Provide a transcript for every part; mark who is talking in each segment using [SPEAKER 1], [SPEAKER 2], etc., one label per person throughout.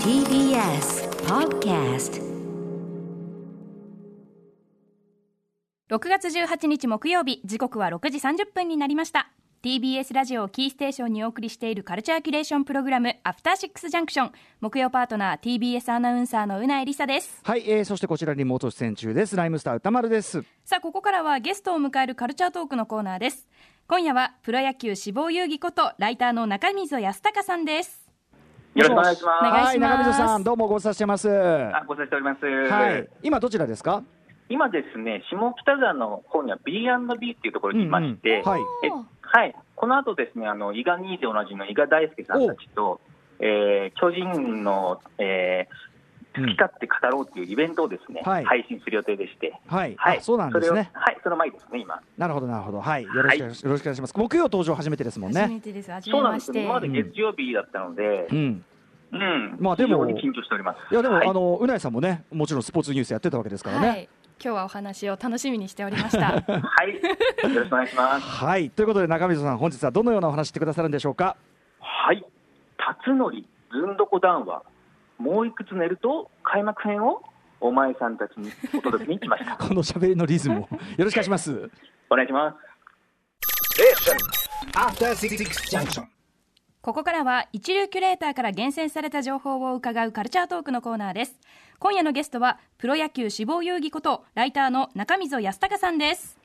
[SPEAKER 1] TBS Podcast
[SPEAKER 2] 6月18日木曜日時刻は6時30分になりました TBS ラジオをキーステーションにお送りしているカルチャーキュレーションプログラム「アフターシックスジャンクション」木曜パートナー TBS アナウンサーのうなえりさです
[SPEAKER 3] はい、えー、そしてこちらリモート出演中です。ライムスター歌丸です。
[SPEAKER 2] さあここからはゲストを迎えるカルチャートークのコーナーです今夜はプロ野球志望遊戯ことライターの中溝康隆さんです
[SPEAKER 4] よろしくお願いします。
[SPEAKER 2] 願いします
[SPEAKER 3] はい、中溝さん、どうもご無沙汰してます。は
[SPEAKER 4] あご参加しております。
[SPEAKER 3] い、今どちらですか。
[SPEAKER 4] 今ですね、下北沢の方には B&B っていうところにいまし
[SPEAKER 3] うん
[SPEAKER 4] て、
[SPEAKER 3] うんはい
[SPEAKER 4] えはい、この後ですね、あの伊賀兄でおなじみの伊賀大輔さんたちと、えー巨人の、えー
[SPEAKER 3] うん
[SPEAKER 4] 好き勝手語ろうっていうイベントをですね、
[SPEAKER 3] はい
[SPEAKER 4] 配信する予定でして、
[SPEAKER 3] はい、あそうなんです
[SPEAKER 4] それを
[SPEAKER 3] ね。
[SPEAKER 4] はい、その前ですね、今。
[SPEAKER 3] なるほど、なるほど。はい、よろしく、
[SPEAKER 4] は
[SPEAKER 3] よろしくお願いします。木曜登場初めてですもん
[SPEAKER 2] 初
[SPEAKER 3] ね。
[SPEAKER 2] めてです初
[SPEAKER 4] そ
[SPEAKER 2] め
[SPEAKER 4] うなん
[SPEAKER 2] ま
[SPEAKER 4] で
[SPEAKER 2] し
[SPEAKER 4] すよ
[SPEAKER 2] て
[SPEAKER 4] 今まで月曜日だったので
[SPEAKER 3] う、ん、
[SPEAKER 4] うん、
[SPEAKER 3] まあでも
[SPEAKER 4] 非常に緊張しております。
[SPEAKER 3] いや、でも、
[SPEAKER 4] は
[SPEAKER 3] あの、うないさんもね、もちろんスポーツニュースやってたわけですからね。
[SPEAKER 2] は
[SPEAKER 3] はい
[SPEAKER 2] い今日はお話を楽しみにしておりました
[SPEAKER 4] はい、よろしくお願いします。
[SPEAKER 3] ということで中溝さん本日はどのようなお話してくださるんでしょうか
[SPEAKER 4] はい、辰徳ずんどこ談話、もういくつ寝ると開幕編をお前さんたちにお届けに来ま した。
[SPEAKER 3] この喋りのリズ ムをよろしくお願いします
[SPEAKER 4] お願いします。
[SPEAKER 5] After Six Junction.
[SPEAKER 2] ここからは一流キュレーターから厳選された情報を伺うカルチャートークのコーナーです今夜のゲストはプロ野球志望遊戯ことライターの中溝康隆さんです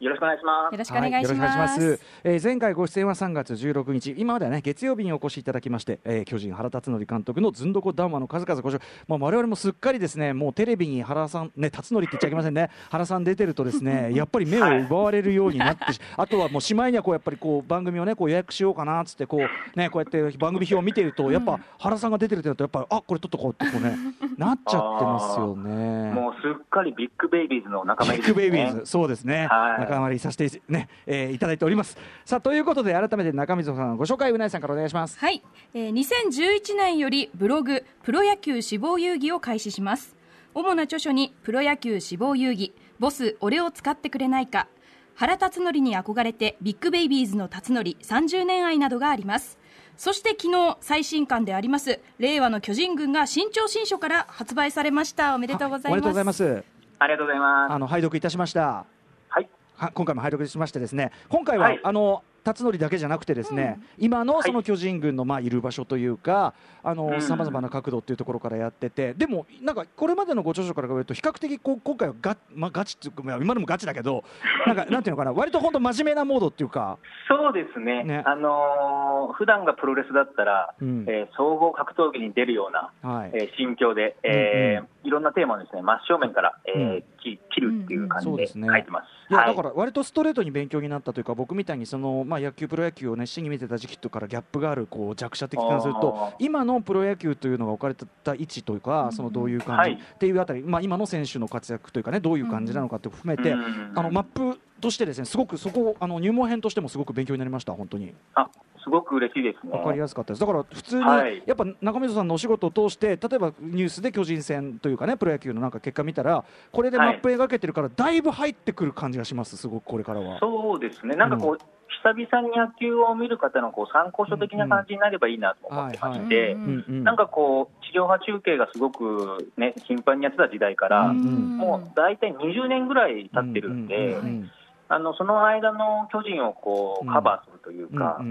[SPEAKER 4] よろしくお願いします
[SPEAKER 2] よ。ろしくお願いします,、
[SPEAKER 3] はい、よろしくお願いしますえー前回ご出演は3月16日、今まではね月曜日にお越しいただきまして、えー巨人原辰徳監督のずんどこ談話の数々ご紹介、まあ我々もすっかりですね、もうテレビに原さんね辰徳って言っちゃいけませんね、原さん出てるとですね、やっぱり目を奪われるようになってし、あとはもうしまいにはこうやっぱりこう番組をねこう予約しようかなっつってこうねこうやって番組表を見てると、やっぱ原さんが出てるってなるとやっぱりあこれ撮っとこうってこうねなっちゃってますよね。
[SPEAKER 4] もうすっかりビッグベイビーズの仲間
[SPEAKER 3] ビ
[SPEAKER 4] 入り
[SPEAKER 3] ッグベイビ
[SPEAKER 4] ですね
[SPEAKER 3] ーズ、そうですね、
[SPEAKER 4] はい
[SPEAKER 3] 仲間入りさせて、ねえーいただいております。さあということで、改めて中溝さん、ご紹介、うなえさんからお願いします。
[SPEAKER 2] はい、えー2011年よりブログ「プロ野球志望遊戯」を開始します主な著書に「プロ野球志望遊戯」「ボス俺を使ってくれないか」「原辰徳に憧れてビッグベイビーズの辰徳30年愛」などがありますそして昨日最新刊であります「令和の巨人軍」が新潮新書から発売されましたおめでとうございます
[SPEAKER 3] おめでとうございます。
[SPEAKER 4] ありがとうございま
[SPEAKER 3] あ
[SPEAKER 4] す。
[SPEAKER 3] の拝読いたしました。
[SPEAKER 4] はい、
[SPEAKER 3] は今回も拝読しましてですね、今回は、
[SPEAKER 4] はい
[SPEAKER 3] あの辰徳だけじゃなくてですね、今のその巨人軍のまあいる場所というか、あ
[SPEAKER 4] う
[SPEAKER 3] の
[SPEAKER 4] ん
[SPEAKER 3] さまざまな角度っていうところからやってて、でもなんかこれまでのご著書から言うと比較的こう今回はがまあガチっていうかまあ今でもガチだけど、なんかなんていうのかな、割と本当真面目なモードっていうか、
[SPEAKER 4] そうですね。
[SPEAKER 3] ね
[SPEAKER 4] あのー普段がプロレスだったら、
[SPEAKER 3] うん
[SPEAKER 4] えー総合格闘技に出るような、
[SPEAKER 3] はい。
[SPEAKER 4] えー心境で、えー
[SPEAKER 3] うん
[SPEAKER 4] いろんなテーマをですね真正面から、えー
[SPEAKER 3] うん
[SPEAKER 4] き切るっていう感じ
[SPEAKER 3] うんうん
[SPEAKER 4] で
[SPEAKER 3] そうです
[SPEAKER 4] 書
[SPEAKER 3] ね
[SPEAKER 4] いてます。
[SPEAKER 3] いや、
[SPEAKER 4] はい
[SPEAKER 3] だから割とストレートに勉強になったというか僕みたいにその、まあ、野球プロ野球を熱心に見てた時期とからギャップがあるこう弱者的からすると
[SPEAKER 4] あー
[SPEAKER 3] 今のプロ野球というのが置かれてた位置というかそのどういう感じ、
[SPEAKER 4] はい
[SPEAKER 3] っていうあたり、まあ、今の選手の活躍というかねどういう感じなのかって含めて、
[SPEAKER 4] うん
[SPEAKER 3] あのマップとしてですねすごくそこをあの入門編としてもすごく勉強になりました本当に
[SPEAKER 4] あすごく嬉しいですね。
[SPEAKER 3] わかりやすかったですだから普通に、
[SPEAKER 4] はい
[SPEAKER 3] やっぱ中溝さんのお仕事を通して例えばニュースで巨人戦というかねプロ野球のなんか結果見たらこれでマップ描けてるからだいぶ入ってくる感じがしますすごくこれからは。
[SPEAKER 4] そうですね、なんかこう、久々に野球を見る方のこう参考書的な感じになればいいなと思ってまして、
[SPEAKER 2] うんう
[SPEAKER 3] うんうん
[SPEAKER 4] なんかこう、地上波中継がすごく、ね、頻繁にやってた時代か
[SPEAKER 3] う
[SPEAKER 4] ら、
[SPEAKER 3] ん
[SPEAKER 4] もう大体20年ぐらい経ってるんで、
[SPEAKER 3] うんうん
[SPEAKER 4] あのその間の巨人をこうカバーするという
[SPEAKER 3] うん
[SPEAKER 4] か、
[SPEAKER 3] うん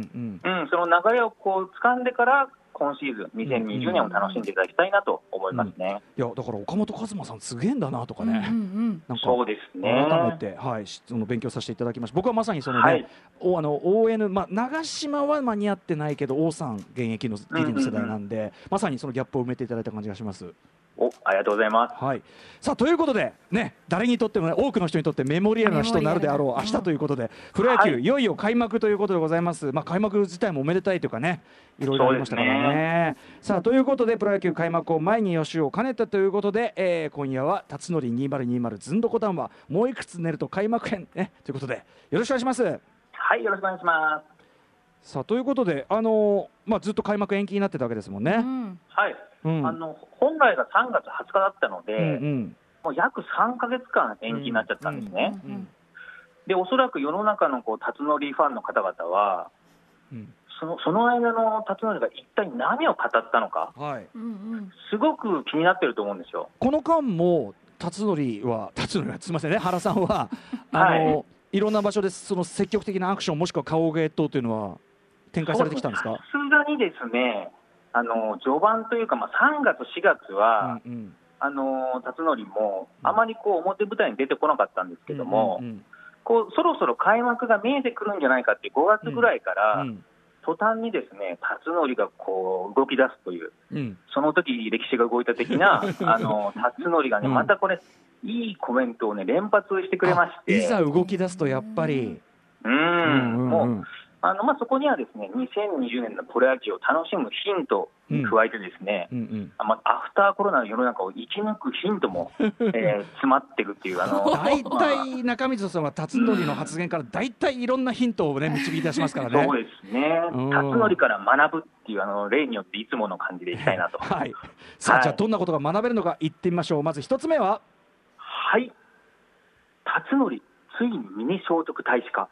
[SPEAKER 3] うん
[SPEAKER 4] うんその流れをこう掴んでから、今シーズン、2020年を楽しんでいただきたいなと思いますね。
[SPEAKER 3] いやだから岡本和真さんすげえんだなとか
[SPEAKER 2] うんうん
[SPEAKER 3] ね、
[SPEAKER 2] うん
[SPEAKER 3] なんか
[SPEAKER 4] そうですね
[SPEAKER 3] 改めて、はい、しその勉強させていただきました僕はまさにそのね、
[SPEAKER 4] はい
[SPEAKER 3] おあの ON、まあ、長島は間に合ってないけど王さん現役のギリの世代なんで、まさにそのギャップを埋めていただいた感じがします。
[SPEAKER 4] おありがとうございます。
[SPEAKER 3] はい、さあということで、ね、誰にとっても、ね、多くの人にとってメモリアルな日となるであろう
[SPEAKER 2] メモリア
[SPEAKER 3] 明
[SPEAKER 2] ル
[SPEAKER 3] 日
[SPEAKER 2] な
[SPEAKER 3] ということで、プロ野球、
[SPEAKER 4] はい
[SPEAKER 3] い、よいよ開幕ということでございます、まあ、開幕自体もおめでたいというかねいろいろありましたからねさあということでプロ野球開幕を前に予習を兼ねたということで、えー今夜は「辰徳2020ずんどこ談話もういくつ寝ると開幕編、ね」ということでよろしくお願いします。
[SPEAKER 4] はい、よろしくお願いします。
[SPEAKER 3] さあということで、あのーまあ、ずっと開幕延期になってたわけですもん
[SPEAKER 2] う
[SPEAKER 3] ね。
[SPEAKER 2] ん
[SPEAKER 4] はい、
[SPEAKER 3] うん
[SPEAKER 4] あの本来が3月20日だったので、
[SPEAKER 3] うんうん
[SPEAKER 4] もう約3か月間延期になっちゃったんですね、
[SPEAKER 2] うんうん
[SPEAKER 4] でおそらく世の中のこう辰徳ファンの方々は、
[SPEAKER 3] うん
[SPEAKER 4] そのその間の辰徳が一体何を語ったのか、
[SPEAKER 3] はい、
[SPEAKER 2] うんうん
[SPEAKER 4] すごく気になってると思うんですよ。
[SPEAKER 3] この間も辰徳は辰徳はすみませんね原さんはあの、、
[SPEAKER 4] はい
[SPEAKER 3] ろんな場所でその積極的なアクションもしくは顔芸等というのは展開されてきたんです
[SPEAKER 4] そう
[SPEAKER 3] か
[SPEAKER 4] で。すねさすがにですね、あの序盤というか、まあ、3月、4月は、
[SPEAKER 3] うんうん
[SPEAKER 4] あの辰徳もあまりこう表舞台に出てこなかったんですけども、
[SPEAKER 3] うんうん
[SPEAKER 4] こうそろそろ開幕が見えてくるんじゃないかっていう5月ぐらいから、
[SPEAKER 3] うん
[SPEAKER 4] 途端にですね辰徳がこう動き出すという、
[SPEAKER 3] うん
[SPEAKER 4] その時歴史が動いた的な あの辰徳がね、
[SPEAKER 3] うん
[SPEAKER 4] またこれ、いいコメントをね連発してくれまして、
[SPEAKER 3] いざ動き出すとやっぱり、
[SPEAKER 4] う
[SPEAKER 3] うんん
[SPEAKER 4] もうあのまあ、そこにはですね2020年のプロ野球を楽しむヒントに加えてですね、
[SPEAKER 3] うんうん、
[SPEAKER 4] あまあ、アフターコロナの世の中を生き抜くヒントも、 えー詰まってるっていう、あの
[SPEAKER 3] 大
[SPEAKER 4] まあ
[SPEAKER 3] 体中水さんは辰徳の発言から大体いろんなヒントをね導き出しますからね
[SPEAKER 4] そう。ですね、
[SPEAKER 3] うん
[SPEAKER 4] 辰徳から学ぶっていうあの例によって、いつもの感じでいきたいなと。
[SPEAKER 3] はい、さあ、
[SPEAKER 4] はい
[SPEAKER 3] じゃあどんなことが学べるのか言ってみましょうまず一つ目は
[SPEAKER 4] はい、辰徳、ついにミニ聖徳太子化、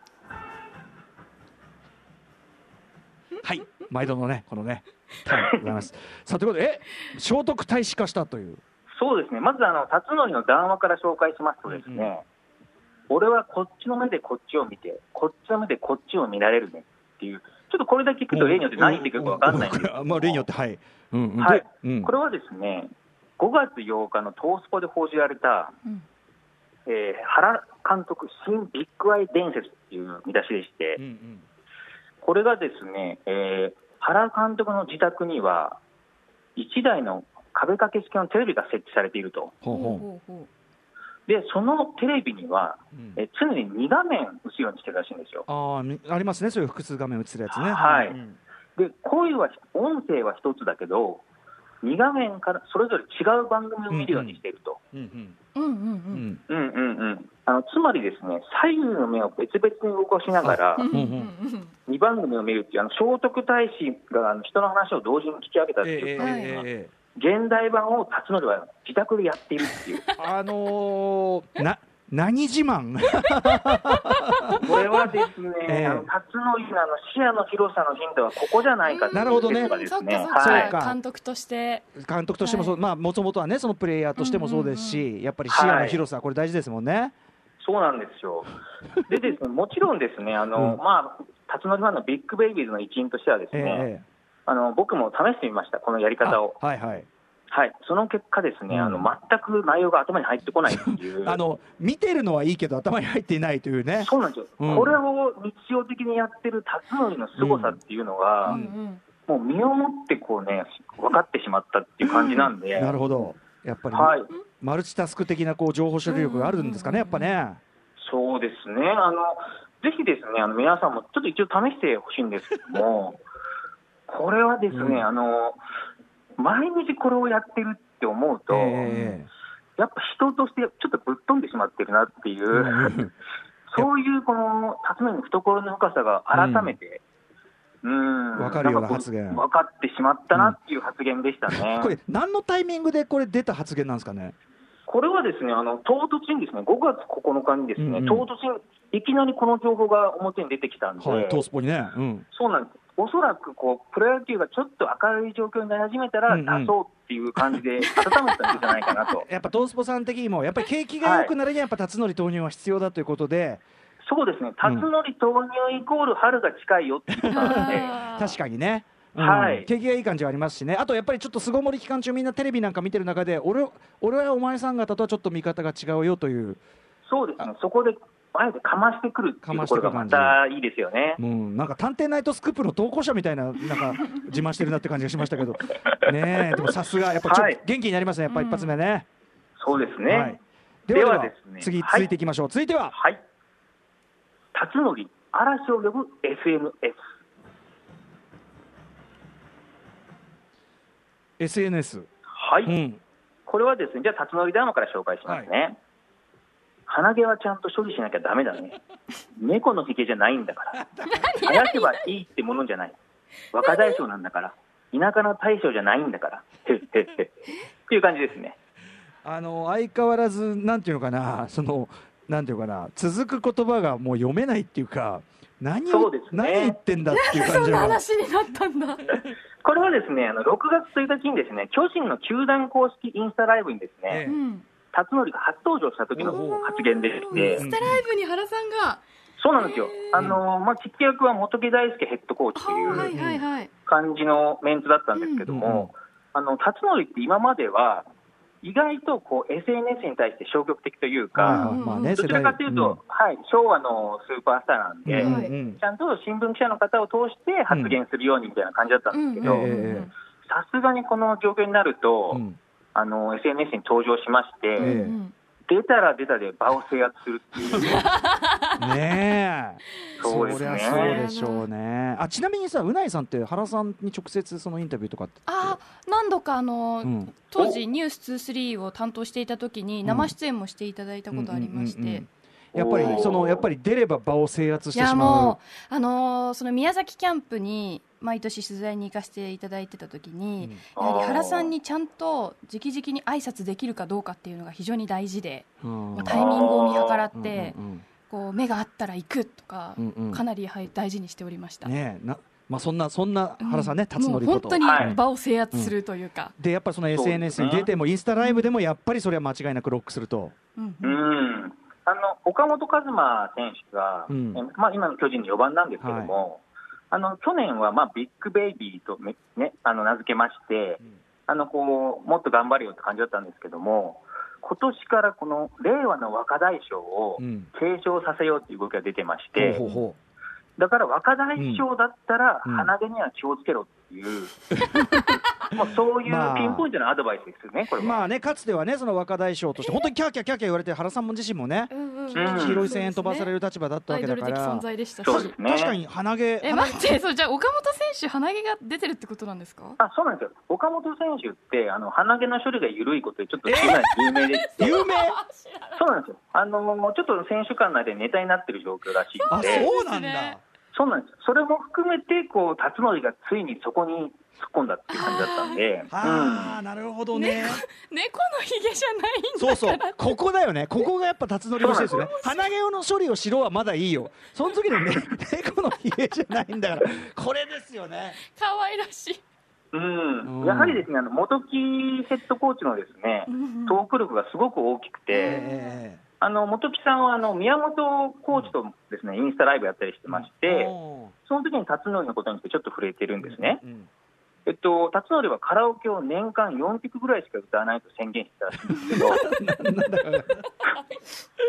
[SPEAKER 3] はい毎度のねこのねはいございますさあということでえ聖徳太子化したという
[SPEAKER 4] そうですね、まずあの辰徳の談話から紹介しますとですね、
[SPEAKER 3] うんうん
[SPEAKER 4] 俺はこっちの目でこっちを見て、こっちの目でこっちを見られるねっていう、ちょっとこれだけ聞くと、例によって何言ってくるか分かんないんですけど
[SPEAKER 3] うんまあ例によってはい、うんうん
[SPEAKER 4] はい
[SPEAKER 3] でうん
[SPEAKER 4] これはですね、5月8日の東スポで報じられた、
[SPEAKER 2] うん
[SPEAKER 4] えー原監督新ビッグアイ伝説っていう見出しでして
[SPEAKER 3] う、ん
[SPEAKER 4] これがですね、えー原監督の自宅には、1台の壁掛け式のテレビが設置されていると。
[SPEAKER 3] ほ
[SPEAKER 2] ほう
[SPEAKER 3] うほ
[SPEAKER 2] ほうほ
[SPEAKER 4] で、そのテレビには、
[SPEAKER 3] う、うん
[SPEAKER 4] えー常に2画面後ろにしてるらしいんですよ。
[SPEAKER 3] ああみありますねそういう複数画面映ってるやつね
[SPEAKER 4] はい
[SPEAKER 3] うん
[SPEAKER 4] で、声は、音声は一つだけど、2画面からそれぞれ違う番組を見るようにしていると。
[SPEAKER 3] うん
[SPEAKER 2] ううんうん
[SPEAKER 3] うんう
[SPEAKER 2] うん
[SPEAKER 3] ん
[SPEAKER 4] うんうんうん、あのつまりですね左右の目を別々に動かしながら
[SPEAKER 2] うんうん
[SPEAKER 4] 2番組を見るっていうあの聖徳太子があの人の話を同時に聞き上げたって
[SPEAKER 3] え
[SPEAKER 4] い
[SPEAKER 3] え
[SPEAKER 4] う、
[SPEAKER 2] はい
[SPEAKER 3] ええええ
[SPEAKER 4] 現代版を辰徳は自宅でやっているっ ていう
[SPEAKER 3] あのーな何自慢
[SPEAKER 4] これはですね、
[SPEAKER 3] ええ
[SPEAKER 4] あの辰徳のあの視野の広さのヒントはここじゃないかっていう
[SPEAKER 3] なるほどね
[SPEAKER 4] 説が
[SPEAKER 1] う
[SPEAKER 4] で
[SPEAKER 1] んそっ
[SPEAKER 4] す
[SPEAKER 1] か
[SPEAKER 4] ね
[SPEAKER 1] そっ
[SPEAKER 3] そう
[SPEAKER 1] か、
[SPEAKER 4] は
[SPEAKER 3] か
[SPEAKER 1] 監督として
[SPEAKER 3] 監督としてもそう、まあもともとはねそのプレイヤーとしてもそうですし、やっぱり視野の広さ、これ大事ですもんね
[SPEAKER 4] い、そうなんで すよでですねもちろんですねあの、
[SPEAKER 3] うん
[SPEAKER 4] まあ辰徳ファンのビッグベイビーズの一員としてはです
[SPEAKER 3] ええ
[SPEAKER 4] ね、
[SPEAKER 3] ええ
[SPEAKER 4] あの僕も試してみましたこのやり方を
[SPEAKER 3] あはいはい
[SPEAKER 4] はい、その結果ですね、
[SPEAKER 3] うん
[SPEAKER 4] あの全く内容が頭に入ってこないってい う、
[SPEAKER 3] あの見てるのはいいけど頭に入っていないというね。
[SPEAKER 4] そうなんですよ、
[SPEAKER 3] うん
[SPEAKER 4] これを日常的にやってる辰徳の凄さっていうのは、
[SPEAKER 3] うん
[SPEAKER 4] もう身をもってこうね、分かってしまったっていう感じなんで、
[SPEAKER 3] なるほど。やっぱり、
[SPEAKER 4] はい、
[SPEAKER 3] マルチタスク的なこう情報処理力があるんですかね、やっぱね。
[SPEAKER 4] そうですね、あのぜひですね、あの皆さんもちょっと一応試してほしいんですけども、 これはですね、
[SPEAKER 3] うん
[SPEAKER 4] あの毎日これをやってるって思うと、
[SPEAKER 3] え
[SPEAKER 4] やっぱ人としてちょっとぶっ飛んでしまってるなっていう。
[SPEAKER 3] えうん
[SPEAKER 4] そういうこの辰巳の懐の深さが改めて、うん、
[SPEAKER 3] わかるような
[SPEAKER 4] こ
[SPEAKER 3] 発言
[SPEAKER 4] 分かってしまったなっていう発言でしたね。
[SPEAKER 3] これ何のタイミングでこれ出た発言なんですかね。
[SPEAKER 4] これはですね、あの唐突にですね、5月9日にですね、
[SPEAKER 3] うんうん
[SPEAKER 4] 唐突にいきなりこの情報が表に出てきたんで、
[SPEAKER 3] はい、トースポにね。うん。
[SPEAKER 4] そうなんです。おそらくこうプロ野球がちょっと明るい状況になり始めたら
[SPEAKER 3] うんうん。
[SPEAKER 4] 出そうっていう感じで改めたんじゃないかなと
[SPEAKER 3] やっぱトースポさん的にもやっぱり景気が良くなるにはやっぱ辰徳投入は必要だということで、
[SPEAKER 4] そうですね、辰徳投入イコール春が近いよっていうことなんで、
[SPEAKER 3] 確かにね。うん
[SPEAKER 4] はい
[SPEAKER 3] 景気がいい感じはありますしね、あとやっぱりちょっと巣ごもり期間中、みんなテレビなんか見てる中で、俺俺はお前さん方とはちょっと見方が違うよという、
[SPEAKER 4] そうですね、そこであえてかましてくるっていうところがまたいいですよね。
[SPEAKER 3] うん、なんか探偵ナイトスクープの投稿者みたいな、なんか自慢してるなって感じがしましたけど、ねえ、でもさすが、やっぱちょ、
[SPEAKER 4] はい
[SPEAKER 3] 元気になりますね、やっぱ
[SPEAKER 2] うん
[SPEAKER 3] 一発目ね。
[SPEAKER 4] そうですね。
[SPEAKER 3] は
[SPEAKER 4] はいい。、
[SPEAKER 3] ではでは
[SPEAKER 4] ではですね
[SPEAKER 3] 次、
[SPEAKER 4] はい
[SPEAKER 3] 続いていきましょう、続いては、
[SPEAKER 4] 辰徳、嵐を呼ぶ SNS。
[SPEAKER 3] SNS、
[SPEAKER 4] はい。
[SPEAKER 3] うん、
[SPEAKER 4] これはですね、じゃあ辰徳談話から紹介しますね。鼻毛はちゃんと処理しなきゃダメだね。猫のひげじゃないんだから。生やせばいいってものじゃない。若大将なんだから。田舎の大将じゃないんだから。へっへっへ。っていう感じですね。
[SPEAKER 3] あの相変わらず、なんていうのかな、そのなんていうのかな、続く言葉がもう読めないっていうか、何
[SPEAKER 4] そ
[SPEAKER 3] を、
[SPEAKER 4] うですね
[SPEAKER 3] 何言ってんだっていう感
[SPEAKER 2] そん
[SPEAKER 3] じ
[SPEAKER 2] な
[SPEAKER 3] は
[SPEAKER 2] 話になったんだ。
[SPEAKER 4] これはですね、あの6月1日にですね、巨人の球団公式インスタライブにです
[SPEAKER 3] え
[SPEAKER 4] ね、
[SPEAKER 2] うん。
[SPEAKER 4] 辰徳が初登場した時の発言でして、
[SPEAKER 2] インスタライブに原さんが、
[SPEAKER 4] そうなんですよ
[SPEAKER 2] へー。
[SPEAKER 4] あのまあ、父役は本木大輔ヘッドコーチと
[SPEAKER 2] はあはい
[SPEAKER 4] いう
[SPEAKER 2] はいはい。
[SPEAKER 4] 感じのメンツだったんですけども、あの、辰徳って今までは、意外とこう SNS に対して消極的という
[SPEAKER 3] はい
[SPEAKER 4] か、
[SPEAKER 3] はいまあね
[SPEAKER 4] どちらかというと、はい、昭和のスーパースターなん
[SPEAKER 3] 世代
[SPEAKER 4] で、
[SPEAKER 3] うん
[SPEAKER 2] はい
[SPEAKER 3] うん
[SPEAKER 4] ちゃんと新聞記者の方を通して発言するようにみたいな感じだった
[SPEAKER 2] うんん
[SPEAKER 4] で
[SPEAKER 2] う
[SPEAKER 4] すけ
[SPEAKER 2] ん
[SPEAKER 4] ど、
[SPEAKER 2] うんう
[SPEAKER 3] え
[SPEAKER 2] ん
[SPEAKER 4] さすがにこの状況になると、
[SPEAKER 3] うん
[SPEAKER 4] あの SNS に登場しまして、
[SPEAKER 2] う
[SPEAKER 3] ええ
[SPEAKER 2] ん。
[SPEAKER 4] 出たら出たで場を制圧するっていう、
[SPEAKER 3] ねえ
[SPEAKER 4] そうです
[SPEAKER 3] り
[SPEAKER 4] ね
[SPEAKER 3] ゃそうでしょうねあちなみにさうないさんって原さんに直接そのインタビューとかって
[SPEAKER 2] あー何度かあの、
[SPEAKER 3] うん
[SPEAKER 2] 当時「ニュース2 3を担当していた時に
[SPEAKER 3] ん
[SPEAKER 2] 生出演もしていただいたことありまして、
[SPEAKER 3] うんうんうんうんやっぱり
[SPEAKER 4] おー
[SPEAKER 3] そのやっぱり出れば場を制圧し
[SPEAKER 2] い
[SPEAKER 3] て
[SPEAKER 2] や
[SPEAKER 3] しまう
[SPEAKER 2] もう、あのーその宮崎キャンプに毎年取材に行かせていただいてた時に、
[SPEAKER 4] うん
[SPEAKER 2] やはり原さんにちゃんと直々に挨拶できるかどうかっていうのが非常に大事で、
[SPEAKER 3] うん
[SPEAKER 2] まあタイミングを見計らって、
[SPEAKER 3] うん
[SPEAKER 2] こう目が合ったら行くとか、
[SPEAKER 3] うんうん
[SPEAKER 2] かなり、はい、大事にしておりました。
[SPEAKER 3] ねえなまあそんなそんな
[SPEAKER 2] うん
[SPEAKER 3] 原さんね辰
[SPEAKER 2] もう
[SPEAKER 3] 徳こ
[SPEAKER 2] 本
[SPEAKER 3] と
[SPEAKER 2] 当に
[SPEAKER 4] はい
[SPEAKER 2] 場を制圧するというか、
[SPEAKER 3] でやっぱりその
[SPEAKER 4] そうですね
[SPEAKER 3] SNS に出てもインスタライブでもやっぱりそれは間違いなくロックすると
[SPEAKER 2] うん
[SPEAKER 4] う
[SPEAKER 2] うん
[SPEAKER 4] んあの岡本和真選手が、
[SPEAKER 3] うん
[SPEAKER 4] えまあ、今の巨人の4番なんですけども、あの去年は、まあ、ビッグベイビーとめ、ね、あの名付けまして、
[SPEAKER 3] うん
[SPEAKER 4] あのこう、もっと頑張れよって感じだったんですけども、今年からこの令和の若大将を
[SPEAKER 3] うん
[SPEAKER 4] 継承させようという動きが出てまして。
[SPEAKER 3] ほうほうほ
[SPEAKER 4] だから若大将だったら
[SPEAKER 3] うん
[SPEAKER 4] 鼻毛には気をつけろっていう、 もうそういう
[SPEAKER 3] まあ
[SPEAKER 4] ピンポイントのアドバイスですよね、これ
[SPEAKER 3] う
[SPEAKER 4] は。
[SPEAKER 3] まあねかつてはねその若大将として本当にキャーキャーキャーキャー言われて原さんも自身もね
[SPEAKER 2] うんうん
[SPEAKER 4] うん
[SPEAKER 3] 黄色い声援飛ばされる立場だった
[SPEAKER 2] ア
[SPEAKER 3] わ
[SPEAKER 2] イ
[SPEAKER 3] け
[SPEAKER 2] ド
[SPEAKER 3] だ
[SPEAKER 2] ル
[SPEAKER 3] か
[SPEAKER 2] 的
[SPEAKER 3] ら
[SPEAKER 2] 存在でしたし
[SPEAKER 4] そうですね
[SPEAKER 3] 確かに鼻毛
[SPEAKER 2] え
[SPEAKER 3] 鼻
[SPEAKER 2] 待ってそうじゃあ岡本選手鼻毛が出てるってことなんですか
[SPEAKER 4] あそうなんですよ、岡本選手って、あの鼻毛の処理が緩いことで、ちょっと今、有名でして、
[SPEAKER 3] 有名
[SPEAKER 4] そうなんですよ、あのちょっと選手間内でネタになってる状況らしいん
[SPEAKER 3] あ
[SPEAKER 4] で、
[SPEAKER 3] そうなんだ
[SPEAKER 4] そうなんですよ、それも含めて、こう辰徳がついにそこに突っ込んだっていう感じだったんで、
[SPEAKER 3] ああなるほどね
[SPEAKER 2] 猫のひげじゃないんだ
[SPEAKER 3] そうそうここだよねここがやっぱ辰徳のしてですよね鼻毛の処理をしろはまだいいよその時のね猫のひげじゃないんだからこれですよね
[SPEAKER 2] 可愛らしい
[SPEAKER 4] うん、
[SPEAKER 3] うん
[SPEAKER 4] やはりですね、あの元木ヘッドコーチのですね
[SPEAKER 2] うんうん
[SPEAKER 4] トーク力がすごく大きくて。
[SPEAKER 3] え
[SPEAKER 4] あの本木さんはあの宮本コーチとですねインスタライブやったりしてまし
[SPEAKER 3] え
[SPEAKER 4] て、
[SPEAKER 3] お
[SPEAKER 4] その時に辰徳のことについてちょっと触れてるん
[SPEAKER 3] ー
[SPEAKER 4] ですね。
[SPEAKER 3] うん
[SPEAKER 4] えっと、辰徳はカラオケを年間4曲ぐらいしか歌わないと宣言してたらしいんですけど、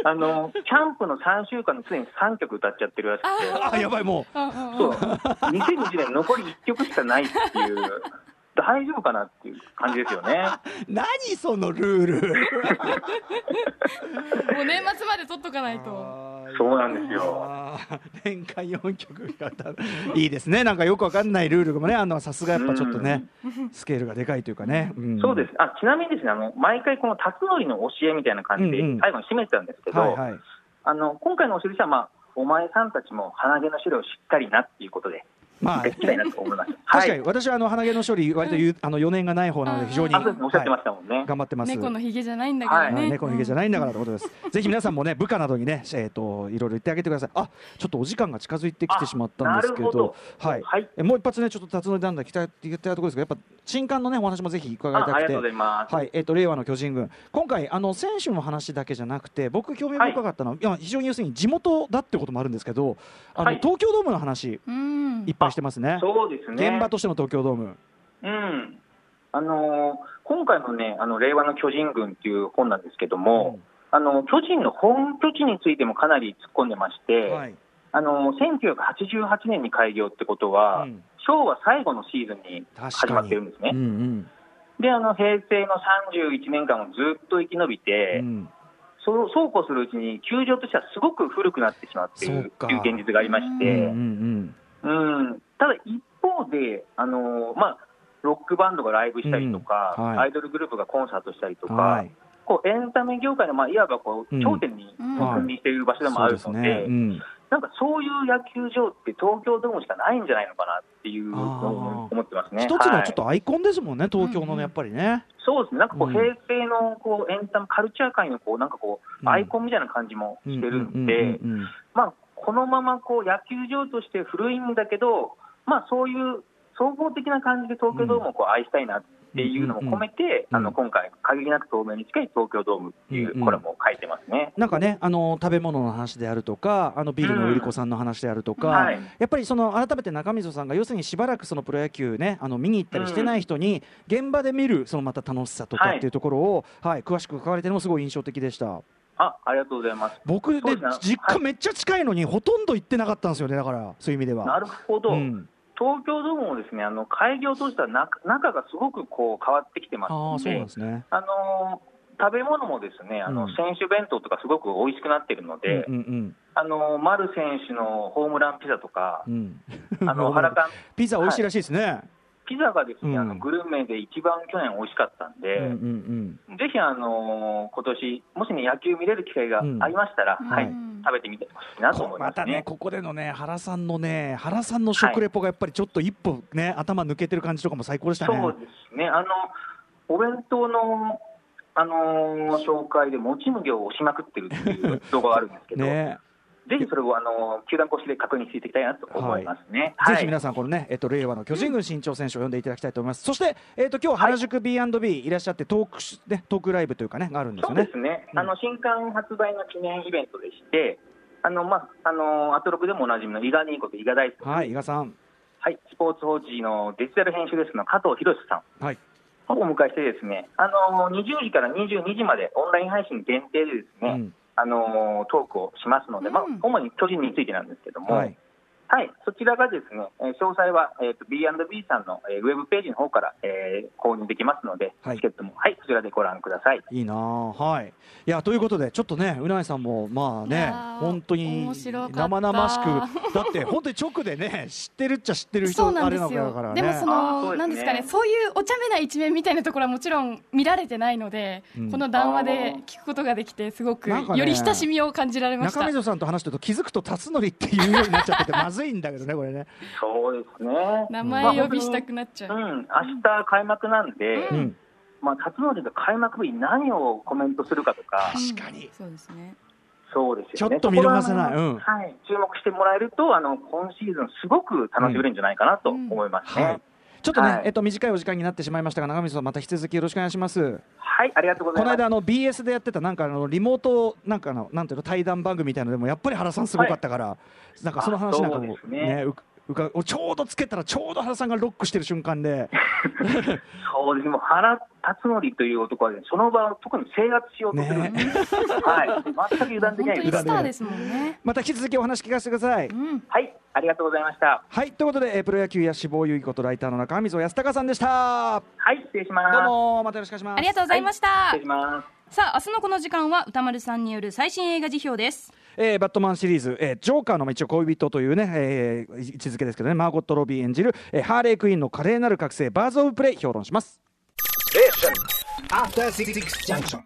[SPEAKER 4] あのキャンプの3週間の常に3曲歌っちゃってるらしくて、
[SPEAKER 3] あやばいも
[SPEAKER 2] うんうんう
[SPEAKER 4] そ
[SPEAKER 2] ん
[SPEAKER 4] う2020年残り1曲しかないっていう、大丈夫かなっていう感じですよね。
[SPEAKER 3] う何そのルール
[SPEAKER 2] もう年末まで取っとかないと
[SPEAKER 4] そうなんですよ
[SPEAKER 3] あー年間4曲が歌ういいですねなんかよくわかんないルールもねあるのはさすがやっぱちょっとねスケールがでかいというかね、ん
[SPEAKER 4] そうですあちなみにですねあの毎回この辰徳の教えみたいな感じで
[SPEAKER 3] うんうん
[SPEAKER 4] 最後に締めてたんですけど、
[SPEAKER 3] はいはい
[SPEAKER 4] あの今回のお印は、まあ、お前さんたちも鼻毛の資料をしっかりなっていうことで、
[SPEAKER 3] まあ
[SPEAKER 4] できたいなと思います。
[SPEAKER 3] 確か
[SPEAKER 4] はい
[SPEAKER 3] に、私はあの鼻毛の処理、割とゆ、あの余念がない方なので、非常に。
[SPEAKER 4] あそうですねおっしゃってま
[SPEAKER 3] は
[SPEAKER 4] したもんね。
[SPEAKER 3] い頑張ってます。
[SPEAKER 2] 猫のひげじゃないんだ
[SPEAKER 4] は
[SPEAKER 2] から
[SPEAKER 4] い
[SPEAKER 3] はい
[SPEAKER 2] ね
[SPEAKER 3] 猫のひげじゃないんだからという ことです。ぜひ皆さんもね、部下などにね、えっ、と、いろいろ言ってあげてください。あ、ちょっとお時間が近づいてきてしまったんですけ
[SPEAKER 4] あなるほ
[SPEAKER 3] ど
[SPEAKER 4] ど。
[SPEAKER 3] はい、
[SPEAKER 4] はい
[SPEAKER 3] えもう一発ね、ちょっと辰野段々聞きたい、聞きたいところですが、やっぱ新刊のね、お話もぜひ伺いた
[SPEAKER 4] ああ
[SPEAKER 3] く
[SPEAKER 4] りが
[SPEAKER 3] て
[SPEAKER 4] とうご。ざいます。
[SPEAKER 3] はい、えっ、と、令和の巨人軍、今回、あの選手の話だけじゃなくて、僕興味深かったのは、いや、非常に要するに地元だってこともあるんですけど。あの、
[SPEAKER 4] はい
[SPEAKER 3] 東京ドームの話、
[SPEAKER 2] うん
[SPEAKER 3] いっぱいしてますね。
[SPEAKER 4] そうですね。
[SPEAKER 3] 現場としての東京ドーム。
[SPEAKER 4] うん。あのー今回のね、あの令和の巨人軍っていう本なんですけども、あの巨人の本拠地についてもかなり突っ込んでまして、
[SPEAKER 3] はい。
[SPEAKER 4] あの1988年に開業ってことは、
[SPEAKER 3] うん
[SPEAKER 4] 昭和最後のシーズンに
[SPEAKER 3] 確
[SPEAKER 4] 始
[SPEAKER 3] か
[SPEAKER 4] ま
[SPEAKER 3] に
[SPEAKER 4] ってるんです
[SPEAKER 3] うん
[SPEAKER 4] ね。
[SPEAKER 3] うん。
[SPEAKER 4] で、あの平成の31年間をずっと生き延びて、
[SPEAKER 3] うん
[SPEAKER 4] そうそうこうするうちに、球場としてはすごく古くなってしまってい
[SPEAKER 3] そう
[SPEAKER 4] る
[SPEAKER 3] か
[SPEAKER 4] という現実がありまし
[SPEAKER 3] うんう
[SPEAKER 4] て、
[SPEAKER 3] ん
[SPEAKER 4] うんただ一方で、あのーまあ、ロックバンドがライブしたりとか、
[SPEAKER 3] うんはい
[SPEAKER 4] アイドルグループがコンサートしたりと
[SPEAKER 3] う
[SPEAKER 4] か、
[SPEAKER 3] ん。はい。
[SPEAKER 4] こうエンタメ業界の、まあ、いわばこ
[SPEAKER 3] うん
[SPEAKER 4] う頂点に
[SPEAKER 2] うん
[SPEAKER 4] 君臨している場所でもある
[SPEAKER 3] そう
[SPEAKER 4] の
[SPEAKER 3] で
[SPEAKER 4] で、
[SPEAKER 3] すね。うん。
[SPEAKER 4] なんかそういう野球場って東京ドームしかないんじゃないのかなっていうのを思ってますね。
[SPEAKER 3] 一つの
[SPEAKER 4] はい
[SPEAKER 3] ちょっとアイコンですもんね、東京の
[SPEAKER 2] うんうん
[SPEAKER 3] ねやっぱりね。
[SPEAKER 4] そうですね、なんかこ
[SPEAKER 3] う
[SPEAKER 4] う、
[SPEAKER 3] ん
[SPEAKER 4] 平成のこうエンタメ、カルチャー界のこうなんかこ
[SPEAKER 3] うん
[SPEAKER 4] う、アイコンみたいな感じもしてるん
[SPEAKER 3] うん、
[SPEAKER 4] で
[SPEAKER 3] うんうんうん
[SPEAKER 4] まあ、このままこう野球場として古いんだけど、まあ、そういう総合的な感じで東京ドームをこう愛したいなっていうのも込めて、
[SPEAKER 3] うんうんうん
[SPEAKER 4] あの今回、限りなく透明に近い東京ドームってい
[SPEAKER 3] うんう
[SPEAKER 4] うんコラムを書いてますね。
[SPEAKER 3] なんかね、あの食べ物の話であるとか、あのビールの売り子さんの話であるとか、
[SPEAKER 2] うん
[SPEAKER 4] はい
[SPEAKER 3] やっぱりその改めて中溝さんが要するにしばらくそのプロ野球ね、あの見に行ったりしてない人に現場で見るそのまた楽しさとか
[SPEAKER 4] はい
[SPEAKER 3] っていうところを、はい、詳しく書かれてるのもすごい印象的でした。
[SPEAKER 4] あありがとうございます。
[SPEAKER 3] 僕で
[SPEAKER 4] そうですね
[SPEAKER 3] 実
[SPEAKER 4] は
[SPEAKER 3] 家
[SPEAKER 4] い
[SPEAKER 3] めっちゃ近いのにほとんど行ってなかったんですよね。だからそういう意味では。
[SPEAKER 4] なるほど、
[SPEAKER 3] うん
[SPEAKER 4] 東京ドームもですねあの開業とした中中がすごくこう変わってきてます
[SPEAKER 3] あ
[SPEAKER 4] の
[SPEAKER 3] あ、そう
[SPEAKER 4] で、
[SPEAKER 3] なんですね。
[SPEAKER 4] あのー食べ物もですねあ
[SPEAKER 3] う
[SPEAKER 4] の、
[SPEAKER 3] ん
[SPEAKER 4] 選手弁当とかすごく美味しくなってるので、
[SPEAKER 3] うんうん
[SPEAKER 4] あのー丸選手のホームランピザとか
[SPEAKER 3] う、ん。
[SPEAKER 4] あの原監
[SPEAKER 3] ピザ美味しいらしいですね。
[SPEAKER 4] ピザがですね、
[SPEAKER 3] うん
[SPEAKER 4] あのグルメで一番去年美味しかったんで、
[SPEAKER 3] うんうん
[SPEAKER 4] ぜひあのー今年もしね野球見れる機会がありましたら、
[SPEAKER 2] うん
[SPEAKER 4] はい
[SPEAKER 2] うん
[SPEAKER 4] 食べてみてほしいなと
[SPEAKER 3] こ
[SPEAKER 4] 思い
[SPEAKER 3] ま
[SPEAKER 4] ます
[SPEAKER 3] たね
[SPEAKER 4] ね。
[SPEAKER 3] ここでのね原さんのね原さんの食レポがやっぱりちょっと一歩ね頭抜けてる感じとかも最高でしたね。
[SPEAKER 4] そうですね。あのお弁当のあのー紹介でもち麦を押しまくってるっていう動画があるんですけ ど、
[SPEAKER 3] ね。
[SPEAKER 4] ぜひそれをあのー球団公式で確認していただきたいなと思いますね。
[SPEAKER 3] ぜ
[SPEAKER 4] はい。
[SPEAKER 3] ひ皆さん、このね、えっと、令和の巨人軍新潮選手を呼んでいただきたいと思います。そして、えっと、今日原宿 B&B いらっしゃって、トークし、ね、トークライブというかね、があるんです
[SPEAKER 4] そ
[SPEAKER 3] よ
[SPEAKER 4] うで
[SPEAKER 3] ね。
[SPEAKER 4] すね、
[SPEAKER 3] うん
[SPEAKER 4] あの新刊発売の記念イベントでして、あのまあ、あのアトロクでもおなじみの伊賀ニーコと伊賀大輔、
[SPEAKER 3] はい、伊賀さん。
[SPEAKER 4] はい、スポーツ報知のデジタル編集デスクの加藤博さん
[SPEAKER 3] はい。
[SPEAKER 4] をお迎えして、ですねあの20時から22時までオンライン配信限定でです
[SPEAKER 3] う
[SPEAKER 4] ね、
[SPEAKER 3] ん。
[SPEAKER 4] あのトークをしますので、まあ
[SPEAKER 2] うん、
[SPEAKER 4] 主に巨人についてなんですけども、
[SPEAKER 3] は
[SPEAKER 4] はいい。そちらがですね、えー詳細は、えー、と B&B さんの、えーウェブページの方から、えー購入できますので、
[SPEAKER 3] はい
[SPEAKER 4] チケットも、はい、そちらでご覧ください。
[SPEAKER 3] いいなあはい。いや、ということで、ちょっとね、うなえさんも、まあ
[SPEAKER 2] い
[SPEAKER 3] ね
[SPEAKER 2] やあ、
[SPEAKER 3] 本当に
[SPEAKER 1] 面白かった
[SPEAKER 3] 生々しく、だって、本当に直でね、知ってるっちゃ知ってる人、
[SPEAKER 1] そうなん
[SPEAKER 3] あ
[SPEAKER 1] で
[SPEAKER 3] れな
[SPEAKER 1] す
[SPEAKER 3] のだ
[SPEAKER 1] よ
[SPEAKER 3] から
[SPEAKER 1] で
[SPEAKER 3] ね。
[SPEAKER 1] もそ
[SPEAKER 4] あーそ
[SPEAKER 1] の
[SPEAKER 4] うですね
[SPEAKER 1] なんですかねそういうお茶目な一面みたいなところはもちろん見られてないので、
[SPEAKER 3] うん
[SPEAKER 1] この談話で聞くことができてすごく
[SPEAKER 3] なんかね
[SPEAKER 1] より親しみを感じられました
[SPEAKER 3] 中溝さんと話してると気づくと辰則っていうようになっちゃっててまずいんだけどねこれね、
[SPEAKER 4] そうですね。
[SPEAKER 1] 名前呼びしたくなっちゃ
[SPEAKER 4] う
[SPEAKER 1] う、
[SPEAKER 4] ん、明日開幕なんで、
[SPEAKER 1] うん
[SPEAKER 3] うん、
[SPEAKER 4] まあ、辰徳が開幕日に何をコメントするかとか、
[SPEAKER 3] 確かに
[SPEAKER 1] そうですね
[SPEAKER 4] そうですよね。
[SPEAKER 3] ちょっと見逃せない
[SPEAKER 4] そこはあの
[SPEAKER 3] うん
[SPEAKER 4] はい、注目してもらえると、あの今シーズンすごく楽しめるんじゃないかなと思いますね。
[SPEAKER 3] はいちょっとね、
[SPEAKER 4] はい
[SPEAKER 3] えっと、短いお時間になってしまいましたが中溝さんまた引き続きよろしくお願いします。
[SPEAKER 4] はい、ありがとうござ
[SPEAKER 3] この
[SPEAKER 4] います。
[SPEAKER 3] 間あの BS でやってたなんかあのリモートなんかのなんていうの対談番組みたいなのでもやっぱり原さんすごかったから、なんかその話なんかも
[SPEAKER 4] あそうですね
[SPEAKER 3] ねううかちょうどつけたらちょうど原さんがロックしてる瞬間で
[SPEAKER 4] そうですね、もう原辰徳という男はね、その場を特に制圧しようとするんで、はい、全く油断でき
[SPEAKER 2] 本当
[SPEAKER 4] ない
[SPEAKER 2] に
[SPEAKER 4] です。
[SPEAKER 2] スターですもんね。
[SPEAKER 3] また引き続きお話聞かせてください。
[SPEAKER 2] うん、
[SPEAKER 4] はい、ありがとうございました。
[SPEAKER 3] はいということで、えープロ野球や志望遊戯ことライターの中溝康隆さんでした。
[SPEAKER 4] はい、失礼します。
[SPEAKER 3] どうもまたよろしくお願いします。
[SPEAKER 2] ありがとうございました。
[SPEAKER 4] 失礼します。
[SPEAKER 2] さあ、明日のこの時間は歌丸さんによる最新映画辞表です。
[SPEAKER 3] えーバットマンシリーズ、えージョーカーの道を恋人というね、えー位置づけですけどね、マーゴット・ロビー演じる、えーハーレークイーンの華麗なる覚醒、バーズ・オブ・プレイ、評論します。
[SPEAKER 5] After Six Junction.